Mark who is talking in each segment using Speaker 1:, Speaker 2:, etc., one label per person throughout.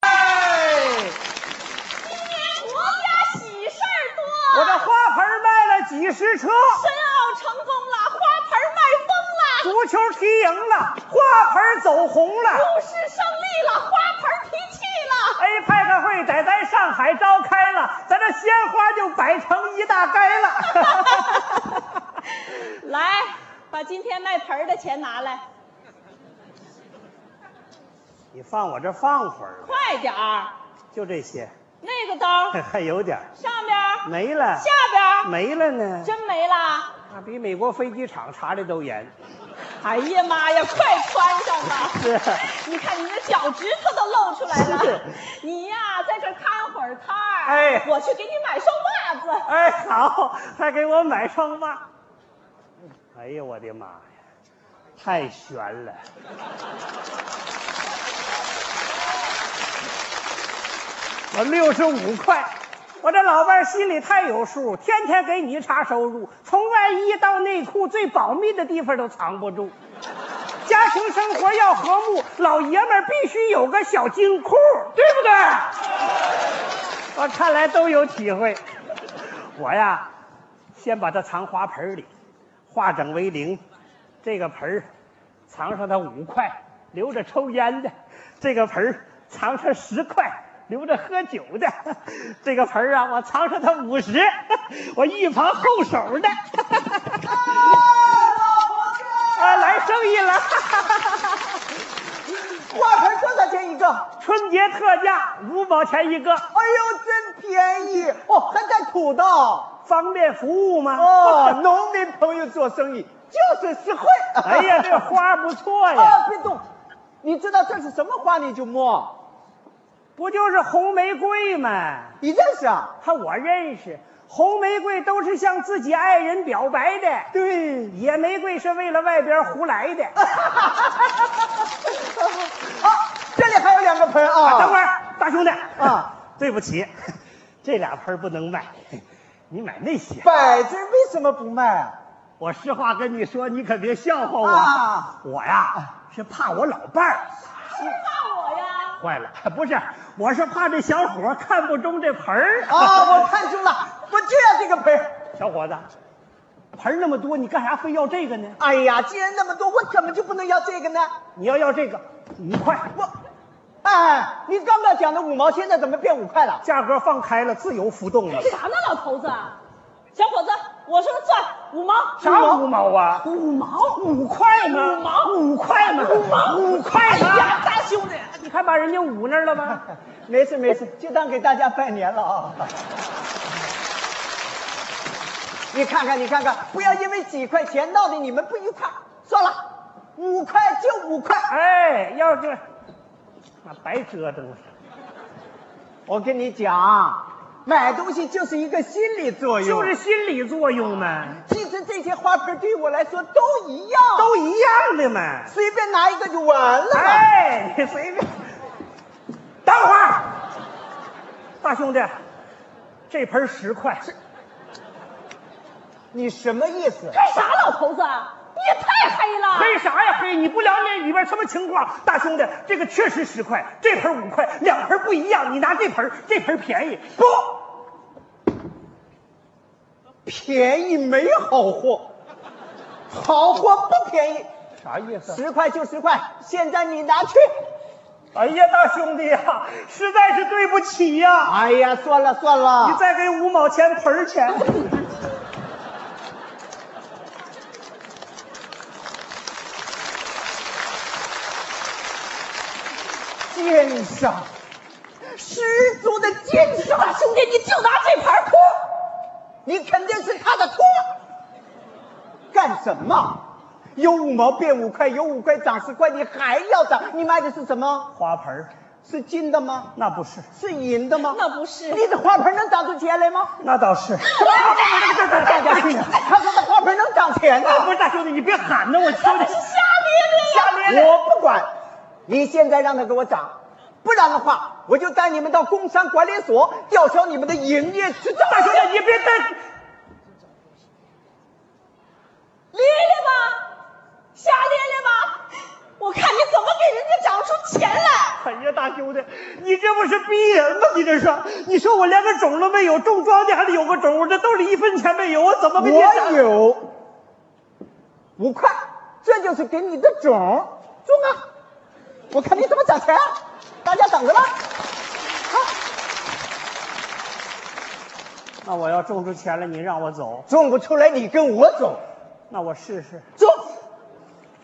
Speaker 1: 哎计时车，
Speaker 2: 申奥成功了，花盆卖疯了，
Speaker 1: 足球踢赢了，花盆走红了
Speaker 2: 股市胜利了，花盆脾气了，
Speaker 1: ，A 派大会在咱上海召开了，咱这鲜花就摆成一大街了。
Speaker 2: 来，把今天卖盆儿的钱拿来，
Speaker 1: 你放我这放会儿吧，
Speaker 2: 快点儿，
Speaker 1: 就这些，
Speaker 2: 那个兜
Speaker 1: 还有点儿
Speaker 2: 上边儿，
Speaker 1: 没了，
Speaker 2: 下边儿，
Speaker 1: 没了呢，
Speaker 2: 真没了。
Speaker 1: 那比美国飞机场查的都严。
Speaker 2: 哎呀妈呀，快穿上吧！
Speaker 1: 是
Speaker 2: 你看你的脚趾头都露出来了
Speaker 1: 是。
Speaker 2: 你呀、在这儿看会儿摊儿，
Speaker 1: 哎
Speaker 2: 我去给你买双袜子。
Speaker 1: 哎，好，还给我买双袜。哎呀，我的妈呀，太悬了！我六十五块，我这老伴儿心里太有数，天天给你查收入，从外衣到内裤，最保密的地方都藏不住。家庭生活要和睦，老爷们儿必须有个小金库，对不对？我看来都有体会。我呀，先把它藏花盆里，化整为零。这个盆儿藏上它五块，留着抽烟的；这个盆儿藏上十块，留着喝酒的；这个盆儿啊，我藏上它五十，我预防后手的。啊，来生意了！
Speaker 3: 花盆多少钱一个？哎
Speaker 1: 春节特价五毛钱一个，
Speaker 3: 呦，真便宜哦，还带土的哦。
Speaker 1: 方便服务吗？
Speaker 3: 哦，农民朋友做生意就是实惠。
Speaker 1: 哎呀，这花不错呀，
Speaker 3: 啊，别动！你知道这是什么花你就摸，
Speaker 1: 不就是红玫瑰吗？
Speaker 3: 你认识啊？
Speaker 1: 他我认识，红玫瑰都是向自己爱人表白的，
Speaker 3: 对，
Speaker 1: 野玫瑰是为了外边胡来的。
Speaker 3: 啊，这里还有两个盆啊。
Speaker 1: 等会儿，大兄弟
Speaker 3: 啊，
Speaker 1: 对不起，这俩盆儿不能卖，你买那些。
Speaker 3: 摆着为什么不卖啊？
Speaker 1: 我实话跟你说，你可别笑话我，
Speaker 3: 啊
Speaker 1: 我呀是怕我老伴儿
Speaker 2: 怕我呀？
Speaker 1: 坏了，不是，我是怕这小伙儿看不中这盆儿。
Speaker 3: 啊，我看出了，我就要这个盆。
Speaker 1: 小伙子，盆儿那么多，你干啥非要这个呢？
Speaker 3: 哎呀，既然那么多，我怎么就不能要这个呢？
Speaker 1: 你要要这个五块，
Speaker 3: 我，哎，你刚刚讲的五毛，现在怎么变五块了？
Speaker 1: 价格放开了，自由浮 动了。
Speaker 2: 干啥呢，老头子？小伙子，我说算五毛，
Speaker 1: 啥五毛啊？
Speaker 2: 五毛，
Speaker 1: 五块吗？
Speaker 2: 五毛
Speaker 1: 五块吗？五毛，五块
Speaker 2: 哎呀，
Speaker 1: 吗？
Speaker 2: 大兄弟，
Speaker 1: 你看把人家捂那儿了 吗？
Speaker 3: 没事没事，就当给大家拜年了啊。你看看，你看看，不要因为几块钱闹得你们不愉快。算了，五块就五块。
Speaker 1: 哎，要这，那白折腾了。
Speaker 3: 我跟你讲，买东西就是一个心理
Speaker 2: 哎
Speaker 3: 作用。
Speaker 1: 就是，心理作用嘛，
Speaker 3: 其实这些花盆对我来说都一样，
Speaker 2: 哦
Speaker 1: 都一样的嘛。
Speaker 3: 随便拿一个就完了嘛。
Speaker 1: 哎，你随便。等会儿，大兄弟，这盆十块，
Speaker 3: 你什么意思？
Speaker 2: 干啥，老头子？你也太黑了！
Speaker 1: 黑啥呀黑？你不了解里边什么情况？大兄弟，这个确实十块，这盆五块，两盆不一样，你拿这盆，这盆便宜。
Speaker 3: 不，便宜没好货，好货不便宜。
Speaker 1: 啥意思？
Speaker 3: 十块就十块，现在你拿去。
Speaker 1: 哎呀，大兄弟呀、实在是对不起呀、
Speaker 3: 哎呀，算了算了，
Speaker 1: 你再给五毛钱盆儿钱。
Speaker 3: 奸商，十足的奸商，
Speaker 2: 大兄弟，你就拿这盘儿哭，
Speaker 3: 你肯定是他的托。干什么？有五毛变五块，有五块涨十块，你还要涨？你卖的是什么？
Speaker 1: 花盆儿
Speaker 3: 是金的吗？
Speaker 1: 那不是，
Speaker 3: 是银的吗？
Speaker 2: 那不是
Speaker 3: 你的花盆能长出钱来吗？
Speaker 1: 那倒是。
Speaker 3: 大家 听，哎他说的花盆能长钱啊呢、
Speaker 1: 哎不是大兄弟，你别喊呐，我听
Speaker 2: 你
Speaker 1: 着。
Speaker 2: 瞎咧咧呀！
Speaker 3: 我不管，你现在让他给我涨，不然的话，我就带你们到工商管理所吊销你们的营业执照。
Speaker 1: 大兄弟，你别蹬。
Speaker 2: 咧咧吧，瞎咧咧吧，我看你怎么给人家长出钱来！
Speaker 1: 哎呀，大兄弟，你这不不是逼人吗？你这是？你说我连个种都没有，种庄稼还得有个种，我这兜里一分钱没有，我怎么跟你
Speaker 3: 我
Speaker 1: 讲？
Speaker 3: 有五块，这就是给你的种儿，种啊！我看你怎么攒钱啊！大家等着吧。啊，
Speaker 1: 那我要种出钱来，你让我走，
Speaker 3: 种不出来你跟我走，
Speaker 1: 那我试试。
Speaker 3: 种。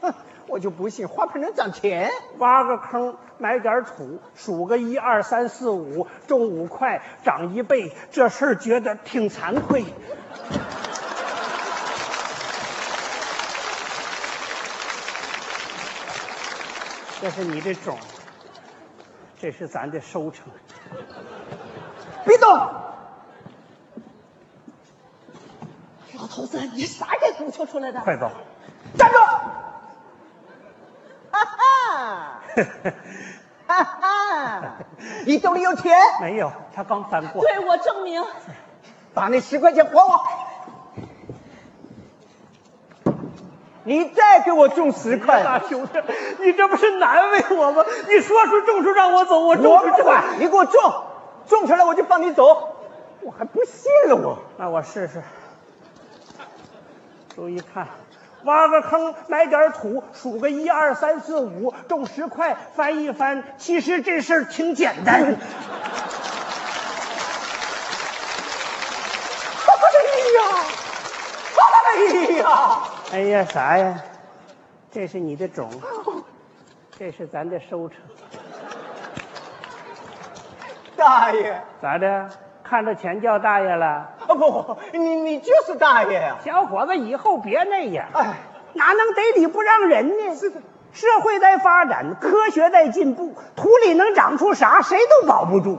Speaker 3: 哼，我就不信花盆能长钱。
Speaker 1: 挖个坑，买点土，数个一二三四五，种五块，长一倍，这事儿觉得挺惭愧。这是你的种，这是咱的收成。
Speaker 3: 别动！
Speaker 2: 老头子，你啥给鼓球出来的？
Speaker 1: 快走！
Speaker 3: 站住！哈啊 哈，哈哈，你兜里有钱，
Speaker 1: 没有，他刚翻过。
Speaker 2: 对我证明，
Speaker 3: 把那十块钱还我。你再给我种十
Speaker 1: 大
Speaker 3: 块，
Speaker 1: 兄弟，你这不是难为我吗？你说出种出让我走，我
Speaker 3: 我
Speaker 1: 种出
Speaker 3: 不
Speaker 1: 这
Speaker 3: 管，你给我种，种出来我就放你走。我还不信了我，
Speaker 1: 那我试试。注意看，挖个坑，买点土，数个一二三四五，种十块，翻一翻。其实这事儿挺简单。
Speaker 3: 哎呀，哎呀，
Speaker 1: 哎呀，啥呀？这是你的种，这是咱的收成。
Speaker 3: 大爷，
Speaker 1: 咋的？看着钱叫大爷了？
Speaker 3: 啊不，你你就是大爷呀、
Speaker 1: 小伙子，以后别那样。
Speaker 3: 哎。
Speaker 1: 哪能得理不让人呢？是社会在发展，科学在进步，土里能长出啥，谁都保不住。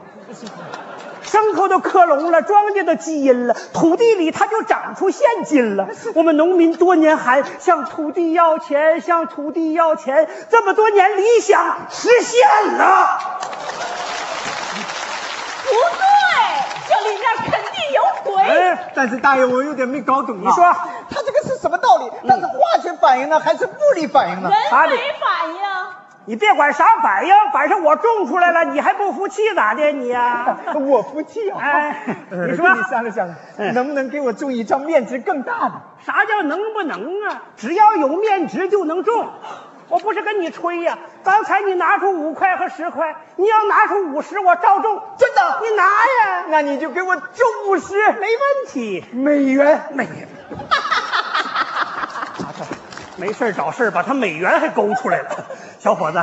Speaker 1: 牲口都克隆了，庄稼都基因了，土地里它就长出现金了。我们农民多年喊向土地要钱，向土地要钱，这么多年理想实现了。
Speaker 2: 不对，这里面肯定有鬼。
Speaker 1: 哎，
Speaker 3: 但是大爷，我有点没搞懂啊。
Speaker 1: 你说
Speaker 3: 他这个是什么道理？他是化学反应呢，还是物理反应呢？
Speaker 1: 哪
Speaker 2: 人
Speaker 1: 里
Speaker 2: 没反应，
Speaker 1: 你别管啥反应，反正我种出来了，你还不服气咋的你呀、
Speaker 3: 我服气啊！
Speaker 1: 哎你说
Speaker 3: 跟你商量商
Speaker 1: 嗯
Speaker 3: 量，能不能给我种一张面值更大的？
Speaker 1: 啥叫能不能啊？只要有面值就能种。我不是跟你吹呀、刚才你拿出五块和十块，你要拿出五十，我照种。
Speaker 3: 真的
Speaker 1: 你拿呀，
Speaker 3: 那你就给我种五十
Speaker 1: 没问题。
Speaker 3: 美元。
Speaker 1: 美元， 没事儿找事儿，把他美元还勾出来 了。小伙子，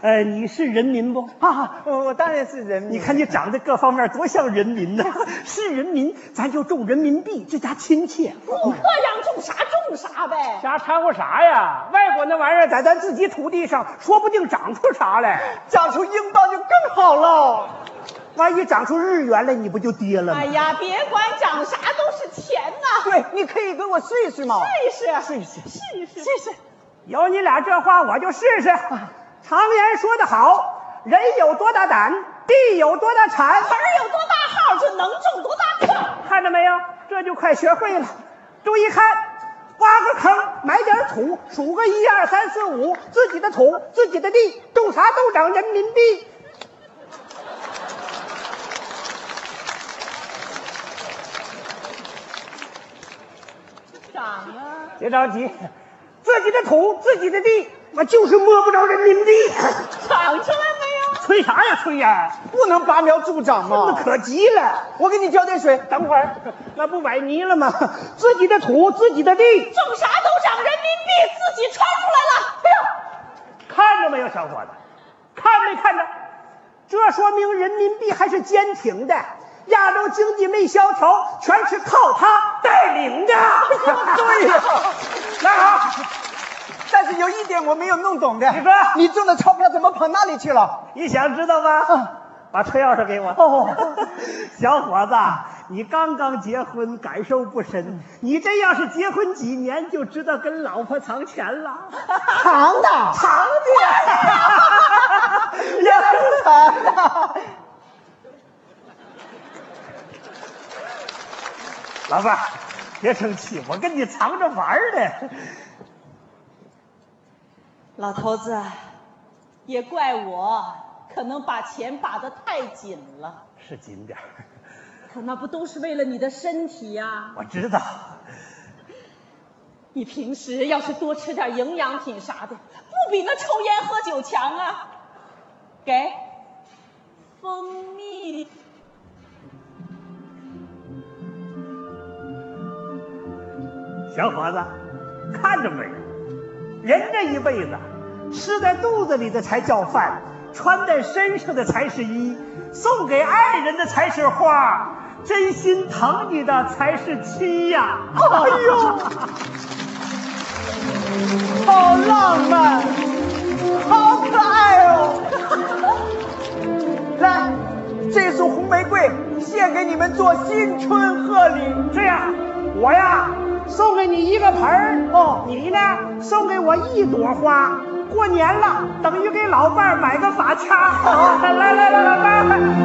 Speaker 1: 呃，你是人民不？
Speaker 3: 啊，我我当然是人民。
Speaker 1: 你看你长得各方面多像人民 呐、是人民，咱就种人民币，这家亲切。
Speaker 2: 顾客让种啥种啥呗。
Speaker 1: 瞎掺和啥呀？外国那玩意儿在咱自己土地上，说不定长出啥来。
Speaker 3: 长出英镑就更好了。
Speaker 1: 万一长出日元来，你不就跌了吗？
Speaker 2: 哎呀，别管长啥都是钱呐。
Speaker 3: 对，你可以给我试一试吗？
Speaker 2: 试一试，
Speaker 1: 试一试。
Speaker 2: 试一试，试一试。
Speaker 1: 有你俩这话，我就试试。常言说得好，人有多大胆，地有多大产。
Speaker 2: 盆儿有多大号，就能种多大矿。
Speaker 1: 看着没有，这就快学会了。注意看，挖个坑，买点土，数个一二三四五，自己的土，自己的地，种啥都长人民币。
Speaker 2: 长啊！
Speaker 1: 别着急，自己的土，自己的地，我就是摸不着人民币。
Speaker 2: 长出来没有？
Speaker 1: 吹啥呀吹呀，
Speaker 3: 不能拔苗助长
Speaker 1: 那
Speaker 3: 吗？
Speaker 1: 可急了。
Speaker 3: 我给你浇点水。
Speaker 1: 等会儿，那不崴泥了吗？自己的土，自己的地，
Speaker 2: 种啥都长人民币，自己抄出来了。哎呦，
Speaker 1: 看着没有，小伙子，看没看着？这说明人民币还是坚挺的，亚洲经济没萧条，全是靠它带领的。 啊
Speaker 3: 对 呀、
Speaker 1: 那好，
Speaker 3: 但是有一点我没有弄懂的。
Speaker 1: 你说
Speaker 3: 你挣的钞票怎么跑那里去了？
Speaker 1: 你想知道吗？把车钥匙给我。
Speaker 3: 哦，
Speaker 1: 小伙子，你刚刚结婚，感受不深。你这要是结婚几年，就知道跟老婆藏钱了。
Speaker 3: 藏的，
Speaker 1: 藏的。
Speaker 3: 原来是藏的。
Speaker 1: 老伴儿，别生气，我跟你藏着玩儿呢。
Speaker 2: 老头子，也怪我可能把钱把得太紧了，
Speaker 1: 是紧点儿，
Speaker 2: 可那不都是为了你的身体呀、
Speaker 1: 我知道。
Speaker 2: 你平时要是多吃点营养品啥的，不比那抽烟喝酒强啊？给，蜂蜜。
Speaker 1: 小伙子，看着没？人这一辈子，吃在肚子里的才叫饭，穿在身上的才是衣，送给爱人的才是花，真心疼你的才是妻呀、
Speaker 3: 哎呦， 好浪漫，好可爱哦！ 来，这束红玫瑰献给你们做新春贺礼。
Speaker 1: 这样，我呀送给你一个盆儿，
Speaker 3: 哦
Speaker 1: 你呢送给我一朵哦花。过年了，等于给老伴儿买个发卡。来来来来来，哎哎
Speaker 2: 啊